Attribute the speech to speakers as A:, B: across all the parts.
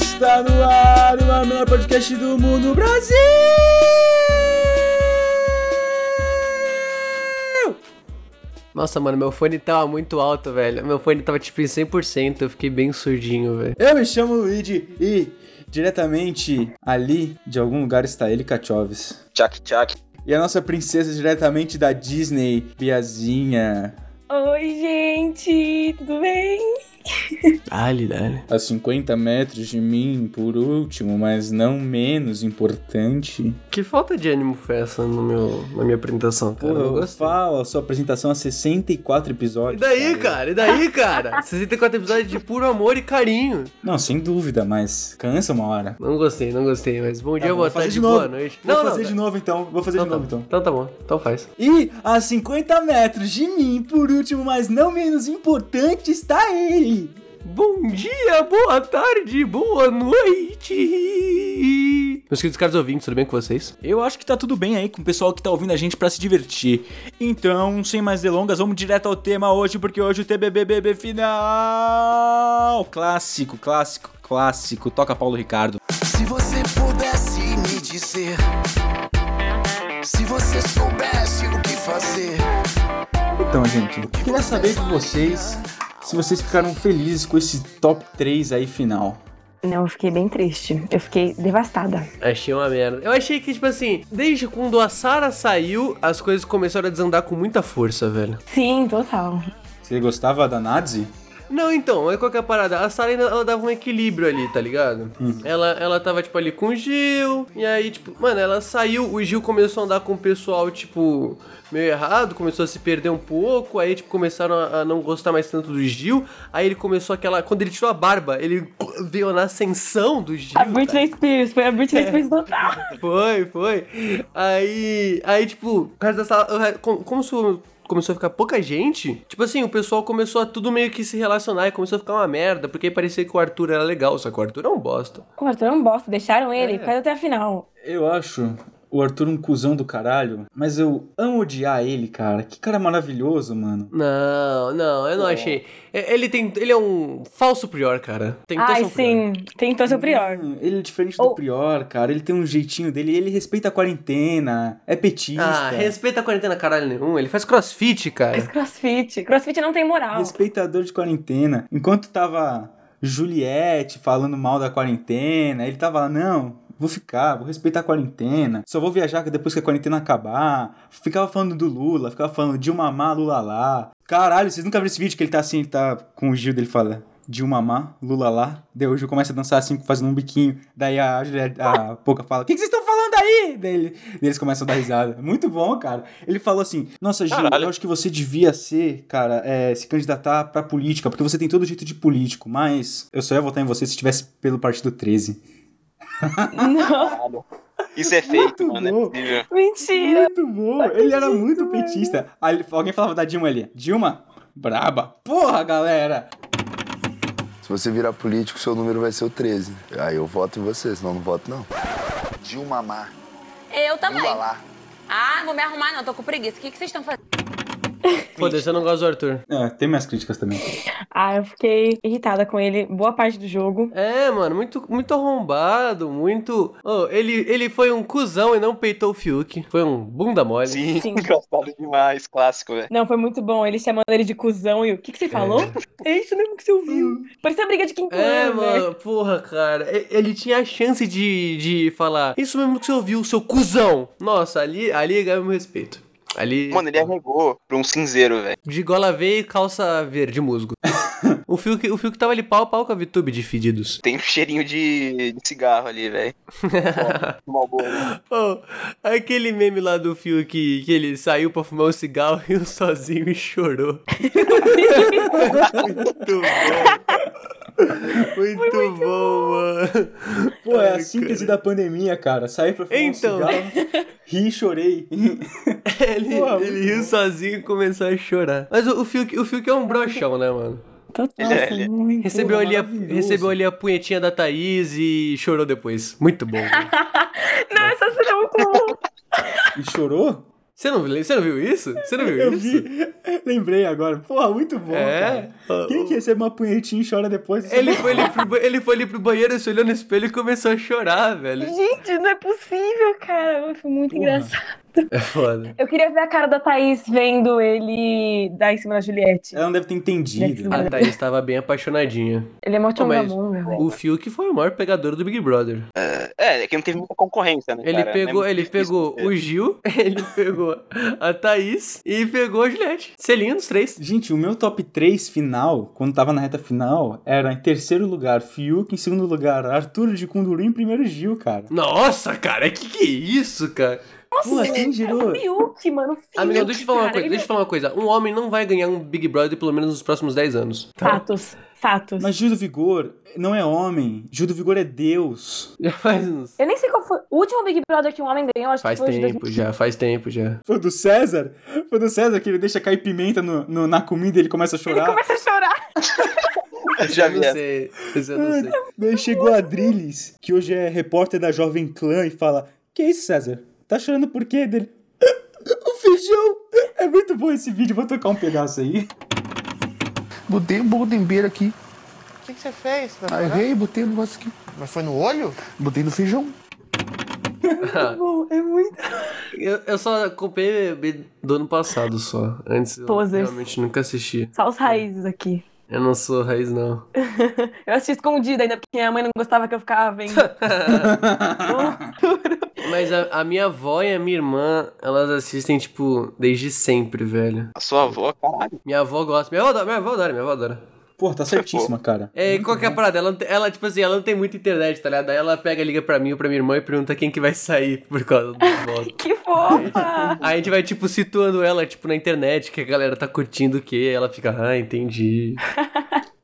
A: Está no ar o maior podcast do mundo, Brasil!
B: Nossa, mano, meu fone tava muito alto, velho. Meu fone tava tipo em 100%, eu fiquei bem surdinho, velho.
A: Eu me chamo Luigi e diretamente ali de algum lugar está ele, Kachoves.
C: Tchac, tchac.
A: E a nossa princesa diretamente da Disney, Biazinha.
D: Oi, gente, tudo bem?
A: Ah,
B: Dale, dale.
A: A 50 metros de mim, por último, mas não menos importante.
B: Que falta de ânimo foi essa no meu, na minha apresentação, cara? Eu não
A: Pô,
B: gostei.
A: fala sua apresentação há 64
B: E
A: episódios.
B: daí, cara? E daí, cara? 64 episódios de puro amor e carinho.
A: Não, sem dúvida, mas cansa uma hora.
B: Não gostei, não gostei, mas bom dia,
A: Tá bom,
B: boa
A: vou fazer
B: tarde,
A: de
B: boa
A: novo.
B: noite.
A: Vou
B: não,
A: fazer
B: não,
A: de novo então, vou fazer
B: então,
A: de
B: tá.
A: novo então.
B: Então tá bom, então faz.
A: E a 50 metros de mim, por último, mas não menos importante, está ele.
B: Bom dia, boa tarde, boa noite. Meus queridos caros ouvintes, tudo bem com vocês?
E: Eu acho que tá tudo bem aí com o pessoal que tá ouvindo a gente pra se divertir. Então, sem mais delongas, vamos direto ao tema hoje, porque hoje o TBBBB final! Clássico, clássico, clássico. Toca Paulo Ricardo.
F: Se você pudesse me dizer. Se você soubesse o que fazer.
A: Então, gente, eu queria saber de vocês se vocês ficaram felizes com esse top 3 aí final.
D: Não, eu fiquei bem triste. Eu fiquei devastada.
B: Achei uma merda. Eu achei que, tipo assim, desde quando a Sarah saiu, as coisas começaram a desandar com muita força, velho.
D: Sim, total.
A: Você gostava da Nazi?
B: Não, então, é qualquer parada. A Sarah ainda ela dava um equilíbrio ali, tá ligado? Ela, ela tava, tipo, ali com o Gil. E aí, tipo, mano, ela saiu. O Gil começou a andar com o pessoal, tipo, meio errado. Começou a se perder um pouco. Aí, tipo, começaram a, a não gostar mais tanto do Gil. Aí ele começou aquela. Quando ele tirou a barba, ele veio na ascensão do Gil. tá
D: A Britney Spears, foi a Britney
B: É.
D: Spears total.
B: foi, foi. Aí, aí tipo, o resto da sala, o re- como, como se o- começou a ficar pouca gente, tipo assim, o pessoal começou a tudo meio que se relacionar e começou a ficar uma merda, porque parecia que o Arthur era legal, só que o Arthur é um bosta.
D: O Arthur é um bosta, deixaram ele
B: É.
D: quase até a final.
A: Eu acho o Arthur um cuzão do caralho, mas eu amo odiar ele, cara. Que cara maravilhoso, mano.
B: Não, não, eu não achei. É, Ele tem, ele é um falso prior, cara. Tentou
D: Ai,
B: ser um prior.
D: sim, tentou ser o pior.
A: Hum, Ele é diferente do
D: Ou-
A: Prior, cara. Ele tem um jeitinho dele. Ele respeita a quarentena. É petista.
B: Ah, respeita a quarentena caralho nenhum, ele faz crossfit,
D: Mas
B: cara.
D: crossfit, crossfit não tem moral.
A: Respeitador de quarentena. Enquanto tava Juliette falando mal da quarentena, ele tava lá, não, vou ficar, vou respeitar a quarentena, só vou viajar depois que a quarentena acabar. Ficava falando do Lula, ficava falando Dilma Má, Lula lá. Caralho, vocês nunca viram esse vídeo que ele tá assim, ele tá com o Gil dele fala. Dilma Má, Lula lá. Daí o Gil começa a dançar assim, fazendo um biquinho. Daí a, Juliette- a Pouca fala: O que que vocês estão falando aí? Daí ele- daí eles começam a dar risada. Muito bom, cara. Ele falou assim: Nossa, Gil,
C: Caralho.
A: eu acho que você devia ser, cara, é, se candidatar pra política, porque você tem todo jeito de político, mas eu só ia votar em você se estivesse pelo Partido 13.
D: Não,
C: Caralho. Isso é feito,
A: Muito bom.
C: mano. É possível.
D: mentira.
A: Muito bom! Ele era muito petista. Aí, ele- alguém falava da Dilma ali: Dilma, braba. Porra, galera!
F: Se você virar político, seu número vai ser o 13. Aí eu voto em você, senão eu não voto, não. Dilma Mar,
G: Eu também.
F: Lula lá.
G: Ah, não vou me arrumar não, tô com preguiça. O que, que vocês estão fazendo?
B: Foda-se, eu não gosto do Arthur.
A: É, tem minhas críticas também.
D: Ah, eu fiquei irritada com ele boa parte do jogo.
B: É, mano, muito, muito arrombado, muito. Ô, ele, ele foi um cuzão e não peitou o Fiuk. Foi um bunda mole.
C: Sim,
D: Sim.
C: engraçado demais, clássico, velho.
D: Não, foi muito bom. Ele chamando ele de cuzão e o que, que você falou? É. isso mesmo que você ouviu. Parecia a briga de quem
B: Hum. É,
D: né?
B: mano, porra, cara. E- Ele tinha a chance de, de falar. Isso mesmo que você ouviu, seu cuzão. Nossa, ali, ali ganhou meu respeito. Ali.
C: Mano, ele arregou pra um cinzeiro, velho.
B: De gola V e calça verde musgo. o Fiuk o Fiuk tava ali pau a pau com a VTube de fedidos.
C: Tem um cheirinho de, de cigarro ali, velho. Ó, Marlboro, né?
B: Oh, aquele meme lá do Fiuk que, que ele saiu pra fumar um cigarro, riu sozinho e chorou. muito bom. Muito, bom, mano.
A: Pô, é
B: Ai,
A: a síntese
B: cara.
A: da pandemia, cara. Saí pra fumar
B: Então.
A: um cigarro, ri e chorei.
B: Ele,
A: Pô,
B: ele riu sozinho e começou a chorar. Mas o, o, Fiuk, o Fiuk é um brochão, né, mano?
A: Tá,
D: Total,
C: Ele é- ele é-
D: muito.
B: Recebeu ali, a,
A: maravilhoso.
B: recebeu ali a punhetinha da Thaís e chorou depois. Muito bom.
D: Não, essa cena é muito boa.
A: E chorou?
B: Você não, você não viu isso? Você não viu
A: Eu
B: isso?
A: vi, lembrei agora. Porra, muito bom,
B: É?
A: cara. Quem que recebe uma punhetinha e chora depois? Isso
B: Ele
A: é
B: foi, ali pro, ba- ele foi ali pro banheiro, se olhou no espelho e começou a chorar, velho.
D: Gente, não é possível, cara. Foi muito engraçado.
B: É foda.
D: Eu queria ver a cara da Thaís vendo ele dar em cima da Juliette.
B: É.
A: Ela não deve ter entendido.
B: A Thaís estava bem apaixonadinha.
D: Ele é mó
B: mas-
D: chongamon, meu velho.
B: O Fiuk foi o maior pegador do Big Brother.
C: É, é que não teve muita concorrência, né?
B: Ele
C: cara?
B: pegou,
C: É muito
B: ele
C: difícil
B: pegou
C: ter.
B: o Gil, ele pegou a Thaís e pegou a Juliette. Selinho dos três.
A: Gente, o meu top 3 final, quando tava na reta final, era em terceiro lugar Fiuk, em segundo lugar Arthur de Cunduru e em primeiro Gil, cara.
B: Nossa, cara, que que é isso, cara?
A: Pô,
D: é
A: assim gerou.
D: Fiuk, mano. Fiuk,
B: Amigo, deixa eu te falar uma
D: cara,
B: coisa,
D: ele- é
B: deixa eu te falar uma coisa. Um homem não vai ganhar um Big Brother pelo menos nos próximos 10 anos.
D: Fatos, fatos.
A: Mas Gil do Vigor não é homem, Gil do Vigor é Deus.
B: Já faz uns...
D: Eu nem sei qual foi. O último Big Brother que um homem ganhou, acho
B: Faz
D: que foi de
B: tempo já, faz tempo já.
A: Foi do César? Foi do César que ele deixa cair pimenta no- no- na comida e ele começa a chorar.
D: Ele começa a chorar.
C: Já
B: eu
C: vi
B: não
C: essa.
B: sei, esse eu não sei.
A: Daí chegou a Adriles, que hoje é repórter da Jovem Clã, e fala: Que isso, César? Tá chorando por quê dele? O feijão! É muito bom esse vídeo, vou tocar um pedaço aí.
F: Botei um pouco de tempero aqui.
H: O que, que você fez? pra
F: Aí
H: chorar?
F: errei, botei um negócio aqui.
H: Mas foi no olho?
F: Botei no feijão.
D: Bom, é muito.
B: Eu, eu só acompanhei BBB do ano passado só. Antes eu
D: Posers.
B: realmente nunca assisti.
D: Só os raízes aqui.
B: Eu não sou raiz, não.
D: Eu assisti escondida ainda, porque minha mãe não gostava que eu ficava vendo.
B: Mas a, a minha avó e a minha irmã, elas assistem, tipo, desde sempre, velho.
C: A sua avó, caralho.
B: Minha avó gosta. Minha avó adora, minha avó adora, minha avó adora.
A: Pô, tá certíssima, cara.
B: É, qual que é a parada? Ela, não tem- ela, tipo assim, ela não tem muita internet, tá ligado? Aí ela pega, liga pra mim ou pra minha irmã e pergunta quem que vai sair por causa do voto.
D: que fofa!
B: Aí a gente vai, tipo, situando ela, tipo, na internet, que a galera tá curtindo o quê? Aí ela fica, ah, entendi.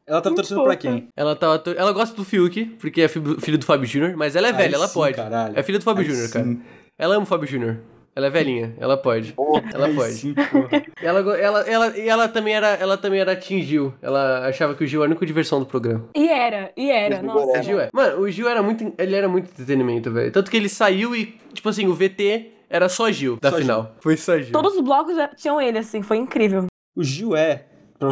A: Ela tava
D: Muito
A: torcendo pra
D: fofa.
A: quem?
B: Ela, tava to- ela gosta do Fiuk, porque é fi- filho do Fábio Júnior, mas ela é
A: Aí
B: velha, ela
A: sim,
B: pode.
A: caralho.
B: É filha do Fábio
A: Aí
B: Júnior,
A: sim.
B: cara. Ela ama o Fábio Júnior. Ela é velhinha, ela pode. Ela
A: Aí
B: pode.
A: sim, porra.
B: Ela, go- ela, ela, e ela também era, ela também era Team Gil. Ela achava que o Gil era a única diversão do programa.
D: E era, e era, nossa.
B: O Gil é. Mano, o Gil era muito, ele era muito entretenimento, velho. Tanto que ele saiu e, tipo assim, o VT era só Gil da
A: Só
B: final. Foi só Gil.
D: Todos os blocos já tinham ele, assim, foi incrível.
A: O Gil é,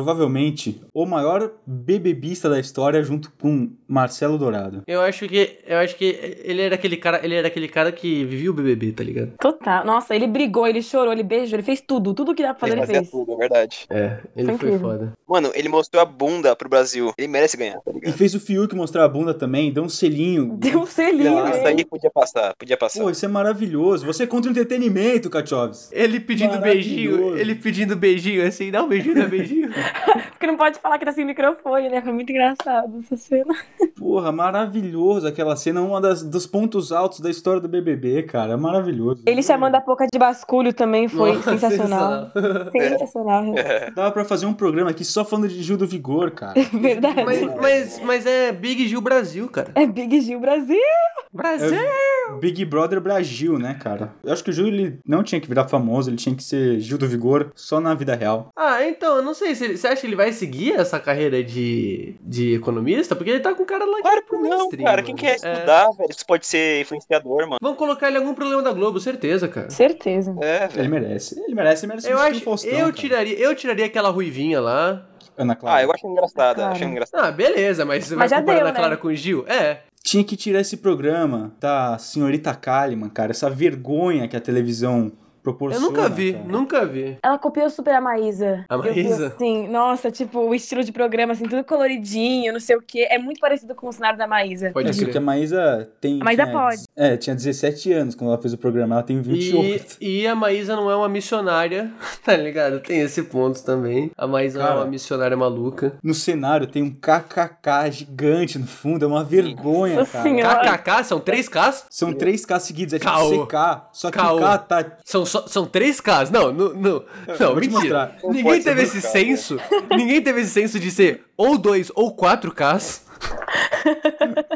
A: provavelmente, o maior bebebista da história junto com Marcelo Dourado.
B: Eu acho que eu acho que ele era aquele cara, ele era aquele cara que vivia o BBB, tá ligado?
D: Total. Nossa, ele brigou, ele chorou, ele beijou, ele fez tudo. Tudo que dá pra fazer, ele
C: fazia
D: fez.
C: tudo, é verdade.
B: É, ele
D: Foi
B: foi
D: incrível.
B: foda.
C: Mano, ele mostrou a bunda pro Brasil. Ele merece ganhar, tá
A: E
C: ligado?
A: fez o Fiuk mostrar a bunda também, deu um selinho.
D: Deu um selinho,
C: Isso
D: né?
C: aí podia passar, podia passar.
A: Pô, isso é maravilhoso. Você é contra o entretenimento, Katchovs.
B: Ele pedindo beijinho,
A: Maravilhoso.
B: ele pedindo beijinho assim, dá um beijinho, dá um beijinho.
D: Porque não pode falar que tá sem microfone, né? Foi muito engraçado essa cena.
A: Porra, maravilhoso aquela cena, um dos pontos altos da história do BBB, cara, é maravilhoso.
D: Ele chamando a boca de basculho também foi
B: Nossa,
D: sensacional.
C: É.
D: Sensacional.
A: Dava pra fazer um programa aqui só falando de Gil do Vigor, cara.
D: Verdade.
B: Mas, mas, mas é Big Gil Brasil, cara.
D: É Big Gil Brasil.
B: Brasil!
A: É Big Brother Brasil, né, cara? Eu acho que o Gil ele não tinha que virar famoso, ele tinha que ser Gil do Vigor só na vida real.
B: Ah, então, eu não sei. Se ele- você acha que ele vai seguir essa carreira de, de economista? Porque ele tá com um cara lá
C: Claro que não, cara. Quem quer estudar, velho? Isso pode ser influenciador, mano.
B: Vão É, colocar ele em algum problema da Globo, certeza, cara.
D: Certeza.
C: É,
A: Ele
C: velho.
A: merece, ele merece, ele merece
B: Eu
A: um estilo
B: acho.
A: Faustão,
B: eu,
A: cara.
B: tiraria, eu tiraria aquela ruivinha lá.
A: Ana
C: Ah,
A: Clara.
C: eu acho engraçado,
D: Claro.
C: achei engraçado.
B: Ah, beleza, mas você
D: Mas
B: vai
D: já
B: comparar
D: deu,
B: a Clara
D: né?
B: com o Gil? É.
A: Tinha que tirar esse programa da senhorita Kalimann, cara, essa vergonha que a televisão
B: Eu
A: proporciona.
B: nunca vi,
A: né, cara.
B: nunca vi.
D: Ela copiou super a Maísa.
B: A
D: Eu vi,
B: Maísa?
D: assim, nossa, tipo, o estilo de programa, assim, tudo coloridinho, não sei o quê. É muito parecido com o cenário da Maísa.
B: Pode
A: É isso que a
B: crer.
A: Maísa tem.
D: A Maísa
A: tinha-
D: pode.
A: É, tinha 17 anos quando ela fez o programa, ela tem 28.
B: E, e a Maísa não é uma missionária, tá ligado? Tem esse ponto também. A Maísa não é
A: Cara.
B: uma missionária maluca.
A: No cenário tem um kkk gigante no fundo, é uma vergonha,
D: Nossa
A: cara.
D: Senhora.
B: KKK? São três Ks?
A: São três K seguidos, é tipo
B: Caô.
A: CK, só que
B: Caô.
A: o K tá...
B: São, só- são três Ks. Não, não, não. Não,
A: É, vou te
B: mentira.
A: mostrar.
C: Não
B: Ninguém
C: pode
B: teve
C: ser
B: esse
C: dois Ks,
B: senso.
A: né?
B: Ninguém teve esse senso de ser ou dois ou quatro Ks.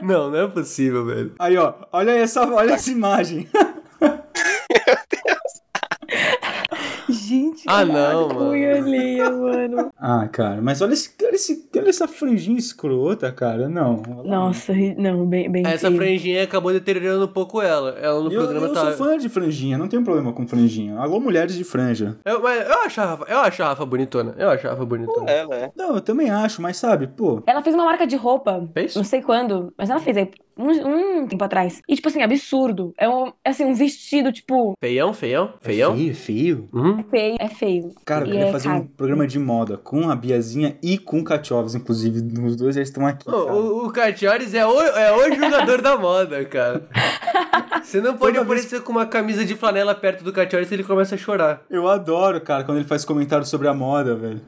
B: Não, não é possível, velho.
A: Aí, ó, olha essa, olha essa imagem.
D: Gente, Gente,
B: Ah,
D: olha
B: não, mano.
D: a cunholinha, mano.
A: Ah, cara, mas olha, esse, olha, esse, olha essa franjinha escrota, cara. Não.
D: Nossa, ri- não, bem, bem
B: Essa
D: feio.
B: franjinha acabou deteriorando um pouco ela. Ela no
A: Eu,
B: programa
A: eu
B: tá.
A: sou fã de franjinha, não tenho problema com franjinha. Alô, mulheres de franja.
B: Eu, mas eu acho a Rafa, eu acho a Rafa bonitona. Eu acho a Rafa bonitona.
C: Ela é.
A: Não, eu também acho, mas sabe, pô.
D: Ela fez uma marca de roupa,
B: Fez?
D: não sei quando, mas ela fez aí um, um tempo atrás. E, tipo assim, absurdo. É um, é, assim, um vestido, tipo,
B: Feião, feião, É feião.
A: É Feio, feio.
B: Uhum.
D: feio. É feio.
A: Cara, eu
D: E
A: queria
D: é
A: fazer
D: caro.
A: um programa de moda com a Biazinha e com o Kachovs, inclusive. Os dois já estão aqui.
B: Ô,
A: cara.
B: O, o Catiores é o, é o jogador da moda, cara. Você não
A: Toda
B: pode
A: vez-
B: aparecer com uma camisa de flanela perto do Catiores e ele começa a chorar.
A: Eu adoro, cara, quando ele faz comentário sobre a moda, velho.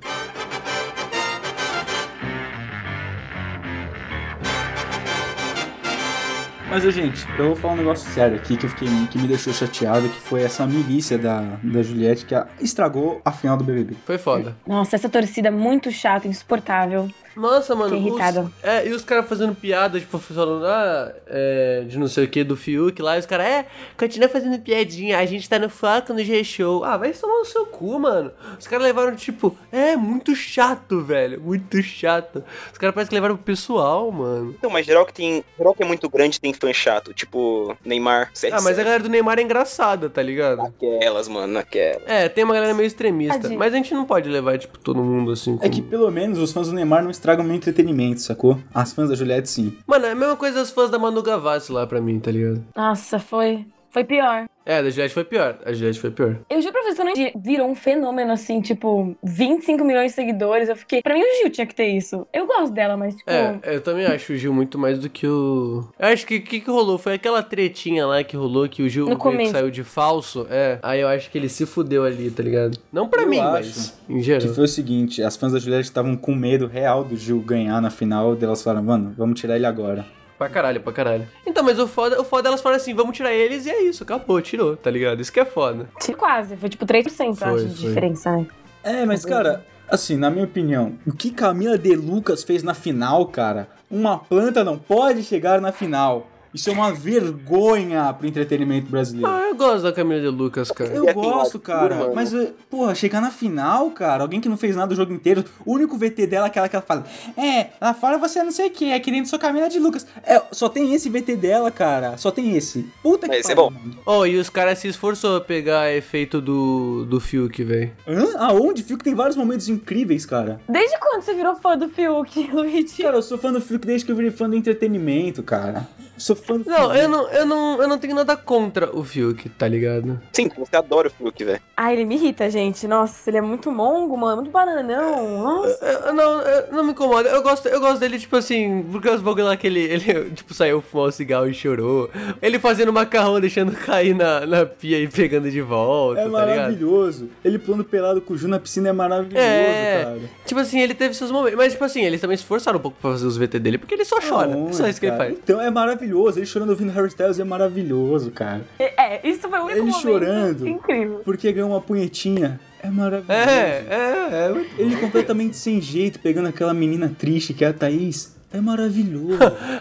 A: Mas, ô, gente, eu vou falar um negócio sério aqui que, eu fiquei, que me deixou chateado, que foi essa milícia da, da Juliette que a- estragou a final do BBB.
B: Foi foda.
D: Nossa, essa torcida é muito chata, insuportável.
B: Nossa, mano.
D: Fiquei
B: os-
D: irritada.
B: é, e os caras fazendo piada, tipo, falando, ah, é, de não sei o que, do Fiuk lá. E os caras, é, continua fazendo piadinha, a gente tá no foco no G-Show. Ah, vai tomar no seu cu, mano. Os caras levaram, tipo, é, muito chato, velho. Muito chato. Os caras parecem que levaram pro pessoal, mano.
C: Então, mas geral que tem. Geral que é muito grande tem fã chato. Tipo, Neymar,
B: Ah, mas a galera do Neymar é engraçada, tá ligado?
C: Aquelas, mano, naquela.
B: É, tem uma galera meio extremista.
D: Tadinho.
B: Mas a gente não pode levar, tipo, todo mundo assim.
A: É
B: como-
A: que pelo menos os fãs do Neymar não estragam meu entretenimento, sacou? As fãs da Juliette sim.
B: Mano, é a mesma coisa dos fãs da Manu Gavassi lá pra mim, tá ligado?
D: Nossa, foi. Foi pior.
B: É, da Juliette foi pior. A Juliette foi pior.
D: Eu juro pra vocês que eu não entendi. Virou um fenômeno, assim, tipo, 25 milhões de seguidores. Eu fiquei. Pra mim, o Gil tinha que ter isso. Eu gosto dela, mas, tipo.
B: É, eu também acho o Gil muito mais do que o. Eu acho que o que, que rolou? Foi aquela tretinha lá que rolou que o Gil
D: No
B: meio que
D: começo.
B: saiu de falso. É, aí eu acho que ele se fudeu ali, tá ligado? Não pra
A: Eu
B: mim,
A: acho
B: mas em
A: Que
B: geral.
A: foi o seguinte, as fãs da Juliette estavam com medo real do Gil ganhar na final, e elas falaram, mano, vamos tirar ele agora.
B: Pra caralho, pra caralho. Então, mas o foda, o foda é elas falaram assim: vamos tirar eles e é isso, acabou, tirou, tá ligado? Isso que é foda.
D: tipo, Quase, foi tipo 3%
B: Foi,
D: acho, de
B: foi.
D: diferença, né?
A: É, mas cara, assim, na minha opinião, o que Camila De Lucas fez na final, cara? Uma planta não pode chegar na final. Isso é uma vergonha pro entretenimento brasileiro.
B: Ah, eu gosto da Camila de Lucas, cara.
A: Eu
C: E assim,
A: gosto,
C: ó,
A: cara,
C: mano.
A: mas, eh, porra, chegar na final, cara, alguém que não fez nada o jogo inteiro, o único VT dela é aquela que ela fala, é, lá fora você é não sei o que, é que nem sua Camila de Lucas. É, só tem esse VT dela, cara, só tem esse. Puta que
C: Mas esse é bom.
A: mano.
B: Oh, e os caras se esforçou a pegar efeito do, do Fiuk, velho.
A: Hã? Aonde? Fico tem vários momentos incríveis, cara.
D: Desde quando você virou fã do Fiuk, Luigi?
A: Cara, eu sou fã do Fiuk desde que eu virei fã do entretenimento, cara. Sou fã do
B: Não,
A: Fiuk.
B: eu não, eu não, eu não tenho nada contra o Fiuk, tá ligado?
C: Sim, você adora o Fiuk, velho.
D: Ah, ele me irrita, gente. Nossa, ele é muito mongo, mano. Muito bananão. Nossa.
B: Eu- eu É, não, eu não me incomoda. Eu gosto, eu gosto dele, tipo assim, porque os bagulho lá que ele, ele tipo, saiu fumar um cigarro e chorou. Ele fazendo macarrão, deixando cair na, na pia e pegando de volta,
A: É
B: tá ligado?
A: maravilhoso. Ele pulando pelado com o Ju na piscina é maravilhoso,
B: É.
A: cara.
B: Tipo assim, ele teve seus momentos. Mas, tipo assim, eles também se esforçaram um pouco pra fazer os VT dele, porque ele só chora.
A: Aonde,
B: só isso que ele
A: cara?
B: faz.
A: Então é maravilhoso. Ele chorando ouvindo Harry Styles é maravilhoso, cara.
D: É, isso foi o
B: um
D: único
A: Ele
D: momento
A: chorando.
D: incrível.
A: Porque ganhou uma punhetinha. É maravilhoso.
B: É, é, é. muito-
A: Ele completamente sem jeito, pegando aquela menina triste que é a Thaís. É maravilhoso.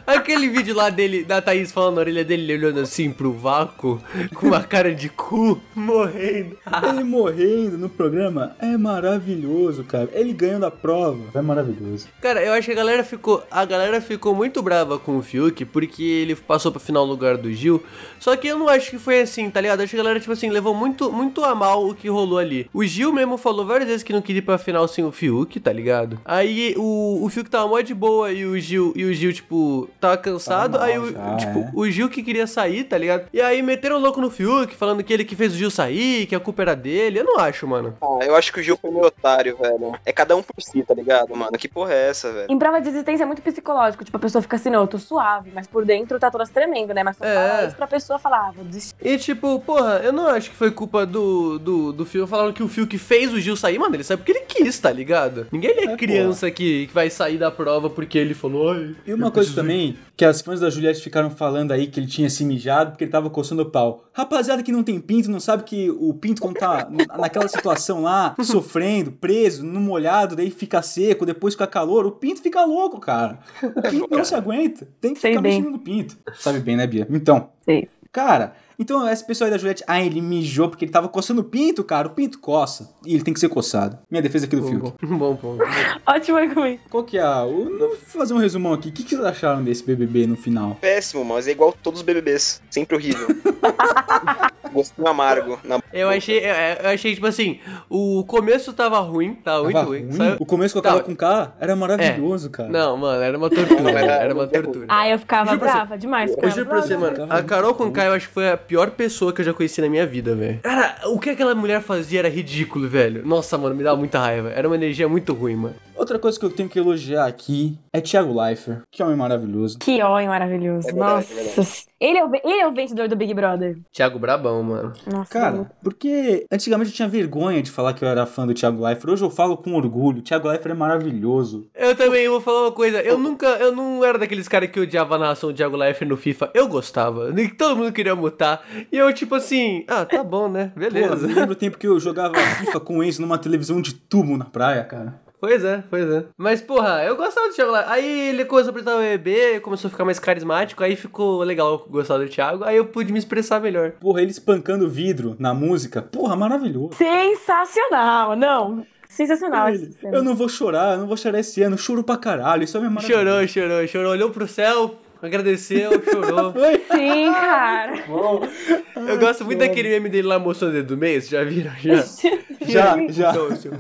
B: Aquele vídeo lá dele, da Thaís falando na orelha dele, ele olhando assim pro vácuo, com uma cara de cu, morrendo.
A: ele morrendo no programa é maravilhoso, cara. Ele ganhando a prova é maravilhoso.
B: Cara, eu acho que a galera ficou, a galera ficou muito brava com o Fiuk, porque ele passou pra final no lugar do Gil. Só que eu não acho que foi assim, tá ligado? Acho que a galera, tipo assim, levou muito, muito a mal o que rolou ali. O Gil mesmo falou várias vezes que não queria ir pra final sem o Fiuk, tá ligado? Aí o, o Fiuk tava mó de boa e o Gil, e o Gil tipo, tava cansado.
A: Tava mal
B: aí o,
A: já,
B: tipo,
A: é.
B: o Gil que queria sair, tá ligado? E aí meteram o louco no Fiuk, falando que ele que fez o Gil sair, que a culpa era dele. Eu não acho, mano.
C: Ah, eu acho que o Gil foi meio otário, velho. É cada um por si, tá ligado, mano? Que porra é essa, velho?
D: Em prova de existência é muito psicológico. Tipo, a pessoa fica assim, não, eu tô suave, mas por dentro tá todas tremendo, né? Mas só
B: É.
D: fala isso pra pessoa falar, ah, vou desistir.
B: E tipo, porra, eu não acho que foi culpa do, do, do Fiuk. Falaram que o Fiuk fez o Gil sair, mano, ele saiu porque ele quis, tá ligado? Ninguém é,
A: É,
B: criança que, que vai sair da prova porque ele falou. Ai,
A: E uma coisa também, que as fãs da Juliette ficaram falando aí que ele tinha se mijado porque ele tava coçando o pau. Rapaziada que não tem pinto, não sabe que o pinto quando tá n- naquela situação lá, sofrendo, preso, no molhado, daí fica seco, depois fica calor, o pinto fica louco, cara. O pinto não se aguenta. Tem que
D: Sei
A: ficar
D: bem.
A: mexendo no pinto. Sabe bem, né, Bia? Então.
D: Sei.
A: Cara, então esse pessoal aí da Juliette, ah, ele mijou porque ele tava coçando o pinto, cara. O pinto coça. E ele tem que ser coçado. Minha defesa aqui do
B: Bom,
A: filme.
B: bom, bom, bom.
D: Ótimo argumento.
A: Qual que é a... eu Vou fazer um resumão aqui. O que, que vocês acharam desse BBB no final?
C: Péssimo, mas é igual todos os BBBs. Sempre horrível. Gostinho amargo. Na...
B: Eu achei, eu- eu achei, tipo assim, o começo tava ruim, tava muito
A: Tava
B: ruim.
A: ruim?
B: sabe?
A: O começo que eu tava
B: Tava. É.
A: com K era maravilhoso, cara.
B: Não, mano, era uma tortura,
C: Não, era-
B: era uma
C: não tem
B: tortura.
D: Ah, eu ficava
B: Juro pra você.
D: brava demais.
B: Eu
D: Ficava
B: juro é pra você,
D: brava.
B: mano, a Carol Conká eu acho que foi a pior pessoa que eu já conheci na minha vida, velho. Cara, o que aquela mulher fazia era ridículo, velho. Nossa, mano, me dava muita raiva. Era uma energia muito ruim, mano.
A: Outra coisa que eu tenho que elogiar aqui é Thiago Leifert, que homem maravilhoso.
D: Que homem maravilhoso.
C: É verdade,
D: Nossa.
C: é
D: ele, é o, ve- ele é o vencedor do Big Brother.
B: Thiago Brabão, mano.
D: Nossa.
A: Cara, porque antigamente eu tinha vergonha de falar que eu era fã do Thiago Leifert. Hoje eu falo com orgulho. Thiago Leifert é maravilhoso.
B: Eu também vou falar uma coisa.
A: Oh,
B: Eu nunca, eu não era daqueles caras que odiava a narração do Thiago Leifert no FIFA. Eu gostava. Nem- Todo mundo queria mutar. E eu, tipo assim, ah, tá bom, né?
A: Pô, eu
B: Beleza.
A: lembro o tempo que eu jogava FIFA com o Enzo numa televisão de tubo na praia, cara.
B: Pois é, pois é. Mas, porra, eu gostava do Thiago Leifert. Aí ele começou a apresentar o bebê, começou a ficar mais carismático, aí ficou legal gostar do Thiago, aí eu pude me expressar melhor.
A: Porra, ele espancando vidro na música. Porra, maravilhoso.
D: Sensacional. Não. Sensacional. esse
A: Ele,
D: cena.
A: eu não vou chorar, eu não vou chorar esse ano. Choro pra caralho. Isso é maravilhoso.
B: Chorou, chorou, chorou, olhou pro céu, agradeceu, chorou.
A: Foi.
D: Sim, cara.
B: Eu gosto muito daquele meme dele lá mostrando o dedo do meio, vocês já viram? Já.
A: Já, já.
B: Então, seu-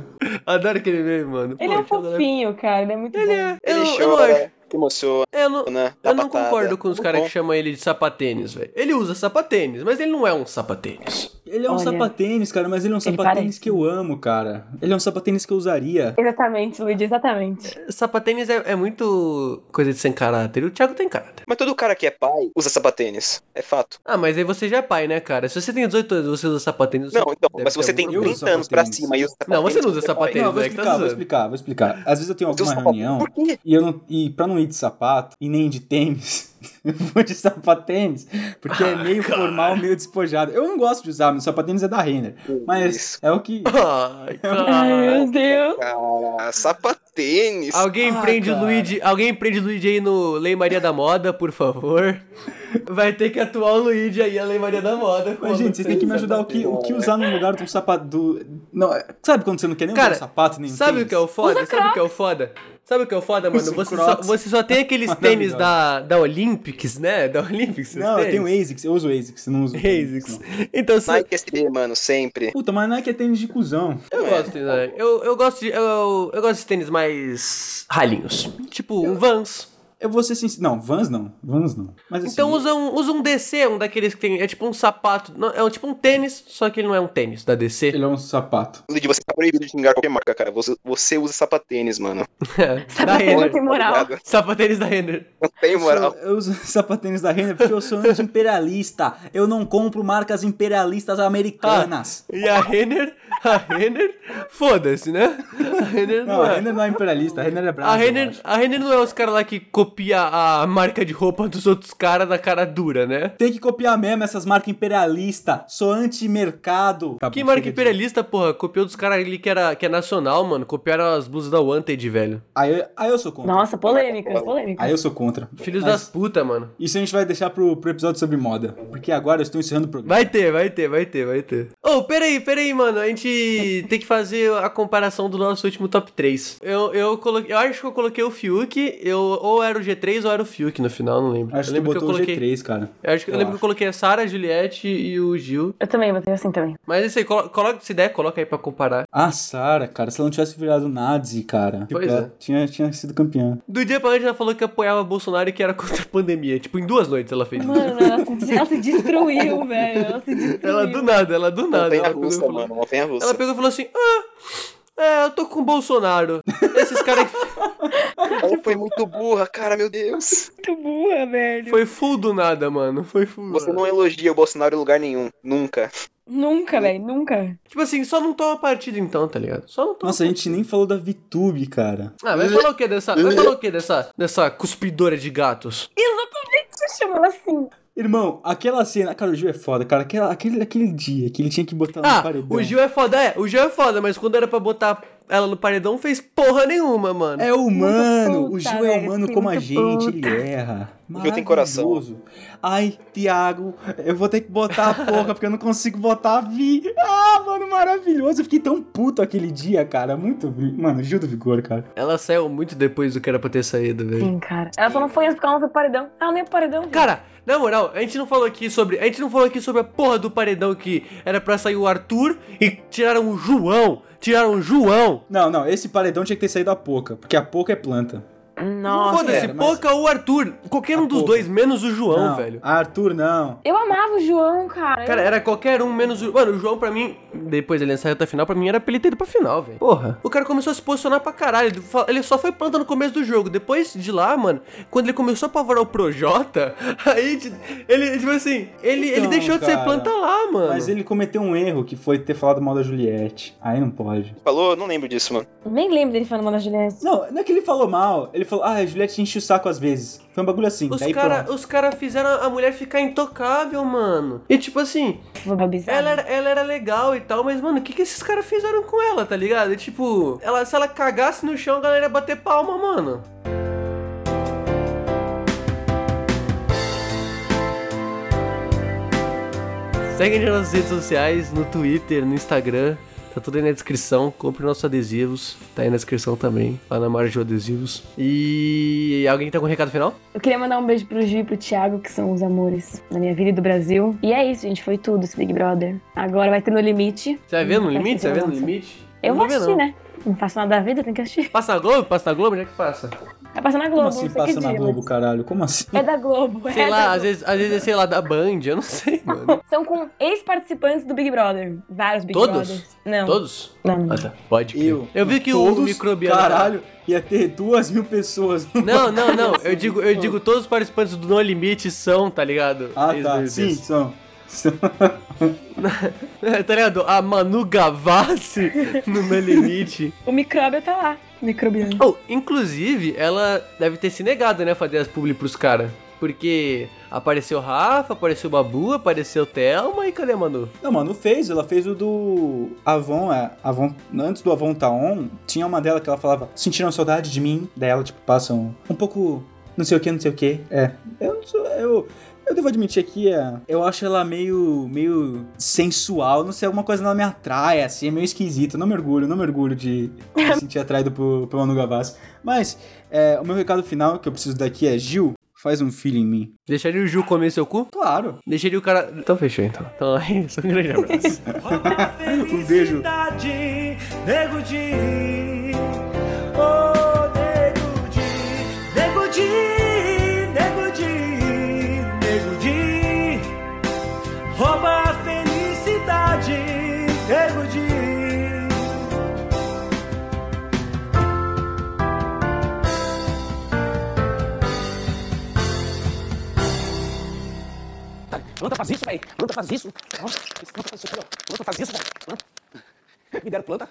B: Adoro aquele meme, mano.
D: Ele é
B: Pô, Thiago
D: um
A: né?
B: Leifert.
D: fofinho, cara. Ele é muito
B: Ele
D: bom.
B: é. Eu,
C: Ele
B: não- eu não
C: chora,
B: acho.
C: se emociona,
B: Eu não,
C: dá
B: eu não
C: patada.
B: concordo com os
C: Muito
B: caras
C: bom.
B: que chamam ele de sapatênis, velho. Ele usa sapatênis, mas ele não é um sapatênis.
A: Ele é um
D: Olha.
A: sapatênis, cara, mas ele é um
D: Ele
A: sapatênis
D: parece.
A: que eu amo, cara. Ele é um sapatênis que eu usaria.
D: Exatamente, Luigi, exatamente.
B: Sapatênis é, é muito coisa de sem caráter. E o Thiago tem caráter.
C: Mas todo cara que é pai usa sapatênis. É fato.
B: Ah, mas aí você já é pai, né, cara? Se você tem 18 anos e você usa sapatênis... você
C: Não, então,
B: deve
C: mas se
B: ter
C: você
B: algum
C: tem
A: eu uso
B: problema.
C: 30 anos pra
A: sapatênis.
C: cima e usa
B: Não, você não usa
C: é pai.
B: sapatênis.
A: Não, eu vou
B: é que tá
A: explicar, vou
B: zoando.
A: explicar, vou explicar. Às vezes eu tenho
C: Você usa
A: alguma
B: um
C: sapatênis.
A: é reunião
C: Por quê?
A: e eu não. E pra não ir de sapato e nem de tênis, eu vou de sapatênis. Porque
B: Ah,
A: é meio formal, meio despojado. Eu não gosto de usar, meu sapatênis é da Renner. Mas
C: Isso.
A: é o que.
B: Ai,
D: Ai,
B: cara.
D: meu Deus.
C: Cara, sapatênis.
B: Alguém
A: Ah,
B: prende o
A: cara.
B: Luigi, alguém prende o Luigi aí no Lei Maria da Moda, por favor. Vai ter que atuar o Luigi aí a Lei Maria da Moda.
A: Mas, gente, vocês têm que me
B: é
A: ajudar o que, o que usar no lugar de um sapato. Do... Não, é- sabe quando você não quer nem
B: Cara,
A: usar um sapato, nem um
B: Sabe
A: tênis?
B: o que é o foda? Sabe o que é o foda? Sabe o que é o foda, mano?
A: Usa um
B: Você só,
A: Crocs.
B: você só tem aqueles tênis da, da Olympics, né? Da Olympics? os
A: Não, eu
B: tênis.
A: tenho ASICS, eu uso ASICS, não uso. tênis,
B: ASICS.
A: não.
B: Então, se,
C: Nike SD, mano, sempre.
A: Puta, mas não é que é tênis de cuzão.
B: eu gosto de tênis, né? Eu, eu gosto de. Eu, eu gosto de tênis mais ralinhos. Tipo, um Vans.
A: Eu vou ser sincero. Não, Vans não. Vans não. Mas assim.
B: Então usa um, usa um DC, um daqueles que tem. É tipo um sapato. Não, é um- tipo um tênis, só que ele não é um tênis da DC.
A: Ele é um sapato.
C: Luigi, você tá proibido de xingar qualquer marca, cara. Você, você usa sapatênis, mano.
B: da
D: Sapatênis não
A: é
B: Renner.
D: tem moral.
C: Obrigado.
B: Sapatênis da Renner.
C: Não tem moral.
A: Eu, eu uso sapatênis da Renner porque eu sou anti-imperialista. Eu não compro marcas imperialistas americanas.
B: E a Renner. A Renner. Foda-se, né? A Renner não,
A: Não, a
B: é.
A: Renner não é imperialista, a Renner é brava.
B: A
A: eu
B: Renner,
A: acho.
B: a Renner não é os caras lá que copia a marca de roupa dos outros caras na cara dura, né?
A: Tem que copiar mesmo essas marcas imperialistas. Sou anti-mercado. Tá
B: Que
A: bom,
B: marca
A: chega de-
B: imperialista, porra? Copiou dos caras ali que, era, que é nacional, mano. Copiaram as blusas da Wanted, velho.
A: Aí, eu- aí eu sou contra.
D: Nossa, polêmicas, polêmicas.
A: Aí eu sou contra.
B: Filhos
A: Mas
B: das puta, mano.
A: Isso a gente vai deixar pro, pro episódio sobre moda. Porque agora eu estou encerrando o programa.
B: Vai ter, vai ter, vai ter, vai ter. Ô, peraí, peraí, mano. A gente tem que fazer a comparação do nosso último top 3. Eu, eu, coloquei, eu acho que eu coloquei o Fiuk, eu, ou era o G3 ou era o Fiuk no final, não
A: Acho
B: lembro. eu
A: que tu
B: lembro
A: botou o
B: eu coloquei.
A: G3, cara.
B: Eu, acho que, eu,
A: Eu
B: lembro
A: acho.
B: que eu coloquei a Sara, a Juliette e o Gil.
D: Eu também botei assim também.
B: Mas é isso aí, colo- coloca, se der, coloca aí pra comparar.
A: Ah, Sara, cara, se ela não tivesse virado Nazi, cara. tipo,
B: Pois é.
A: ela Tinha, tinha sido campeã.
B: Do dia pra noite ela falou que apoiava Bolsonaro e que era contra a pandemia. Tipo, em duas noites ela fez isso.
D: Mano, ela se, ela se destruiu, velho. Ela se destruiu.
B: Ela do nada, ela do nada.
C: Montanha
B: ela pegou e
C: russa,
B: falou-
C: mano. Montanha russa.
B: Ela pegou e falou assim: Ah, é, eu tô com o Bolsonaro. Esses caras que
C: Ela
B: tipo,
C: foi muito burra, cara, meu Deus.
D: muito boa, velho.
B: Foi full do nada, mano. Foi full. do
C: Você
B: nada.
C: não elogia o Bolsonaro em lugar nenhum. Nunca.
D: Nunca, velho, nunca.
B: Tipo assim, só não toma partido então, tá ligado? Só não toma.
A: Nossa, a gente nem falou da VTube, cara.
B: Ah, vai falar o que dessa. Vai falar o que dessa. Dessa cuspidora de gatos?
D: Tá Você chama ela assim.
A: Irmão, aquela cena. Cara, o Gil é foda, cara. Aquela, aquele, aquele dia que ele tinha que botar no
B: Ah,
A: paredão.
B: o Gil é foda, é. O Gil é foda, mas quando era pra botar ela no paredão fez porra nenhuma, mano.
A: É humano, o Gil
D: puta,
A: é
D: velho,
A: humano
D: fiquei
A: como a
D: muito
A: gente,
D: puta.
A: ele erra.
C: O Gil tem coração.
A: Maravilhoso. Ai, Tiago, eu vou ter que botar a porra, porque eu não consigo botar a Vi. Ah, mano, maravilhoso. Eu fiquei tão puto aquele dia, cara. Muito. Mano, Gil do Vigor, cara.
B: Ela saiu muito depois do que era pra ter saído, velho.
D: Sim, cara. Ela só não foi antes porque ela não foi pro paredão. Ela nem é pro paredão. gente.
B: Cara, na moral, a gente não falou aqui sobre. A gente não falou aqui sobre a porra do paredão que era pra sair o Arthur e tiraram o João. Tiraram o João.
A: Não, não, esse paredão tinha que ter saído a pouca, porque a pouca é planta.
D: Nossa.
B: Foda-se,
A: era, mas-
B: Poca ou Arthur. Qualquer
A: A
B: um dos
A: Poca.
B: dois, menos o João,
A: Não,
B: velho.
A: Arthur, não.
D: Eu amava o João, cara.
B: Cara, era qualquer um menos o. Mano, o João pra mim, depois ele saiu até a final, pra mim era pra ele ter ido pra final, velho. Porra. O cara começou a se posicionar pra caralho. Ele fa- Ele só foi planta no começo do jogo. Depois de lá, mano, quando ele começou a apavorar o Projota, aí ti- ele, tipo assim, ele, ele
A: Então,
B: deixou de ser
A: cara,
B: planta lá, mano.
A: Mas ele cometeu um erro que foi ter falado mal da Juliette. Aí não pode.
C: Falou? Eu Não lembro disso, mano.
D: Eu Nem lembro dele falando mal da Juliette.
A: Não, não é que ele falou mal. Ele falou, ah, a Juliette enche o saco às vezes. Foi um bagulho assim.
B: Os
A: daí
B: cara,
A: pronto.
B: os cara fizeram a mulher ficar intocável, mano. E tipo assim,
D: Vou babizar.
B: ela era, ela era legal e tal, mas mano, o que, que esses caras fizeram com ela, tá ligado? E, tipo, ela, se ela cagasse no chão, a galera ia bater palma, mano. Segue a gente nas redes sociais, no Twitter, no Instagram. Tá tudo aí na descrição. Compre nossos adesivos. Tá aí na descrição também. Lá na Marjo Adesivos. E alguém tá com um recado final?
D: Eu queria mandar um beijo pro Gil e pro Thiago, que são os amores da minha vida e do Brasil. E é isso, gente. Foi tudo esse Big Brother. Agora vai ter no limite.
B: Você vai ver no
D: Vai
B: limite? Você vai
D: ter
B: ver no
D: revança.
B: limite?
D: Hum, Eu
B: Não
D: vou
B: ver,
D: assistir,
B: não.
D: né? Não faço nada da vida, tem que assistir.
B: Passa na Globo? Passa na Globo? Onde é que passa?
D: Vai passar na
A: Como
D: Globo, não
A: assim
D: sei
A: passa
D: que
A: na
D: dia,
A: Globo,
D: mas-
A: caralho? Como assim?
D: É da Globo,
B: Sei
D: é
B: lá,
D: da
B: às
D: Globo.
B: vezes, às vezes é, sei lá, da Band, eu não sei, mano.
D: São com ex-participantes do Big Brother. Vários Big
B: Todos?
D: Brothers. Não.
B: Todos?
D: Não, não.
B: Ah, tá. Pode crer.
A: Eu.
B: Eu vi que o microbiano...
A: Caralho, ia ter duas mil pessoas.
B: Não, não, não. Eu digo, eu digo todos os participantes do No Limite são, tá ligado?
A: Ah, tá.
B: Ex-BBBs.
A: Sim, são. são.
B: tá ligado? A Manu Gavassi no No Limite.
D: O micróbio tá lá. Microbiano.
B: Oh, inclusive, ela deve ter se negado, né, fazer as publi pros caras. Porque apareceu Rafa, apareceu Babu, apareceu Thelma e cadê a Manu?
A: Não, mano, fez. Ela fez o do Avon, é, Avon. Antes do Avon Taon, tinha uma dela que ela falava: sentiram saudade de mim? Daí ela, tipo, passa um, um pouco. Não sei o que, não sei o que. É. Eu não sou. Eu. Eu devo admitir aqui, é, eu acho ela meio. meio sensual, não sei, alguma coisa nela me atrai, assim, é meio esquisito. Não me orgulho, não me orgulho de me sentir atraído por, pelo Manu Gavassi. Mas, é, o meu recado final que eu preciso daqui é: Gil, faz um filho em mim.
B: Deixaria o Ju comer seu cu?
A: Claro.
B: Deixaria o cara. Então fechou então. Então é isso. Um grande abraço.
A: Um beijo.
I: Nego de, oh nego de, nego de, nego de, nego de, rouba a felicidade, nego de.
J: Planta faz isso, velho. Planta faz isso. Nossa, planta faz isso aqui, ó. Planta faz isso, velho. Planta. Me deram planta.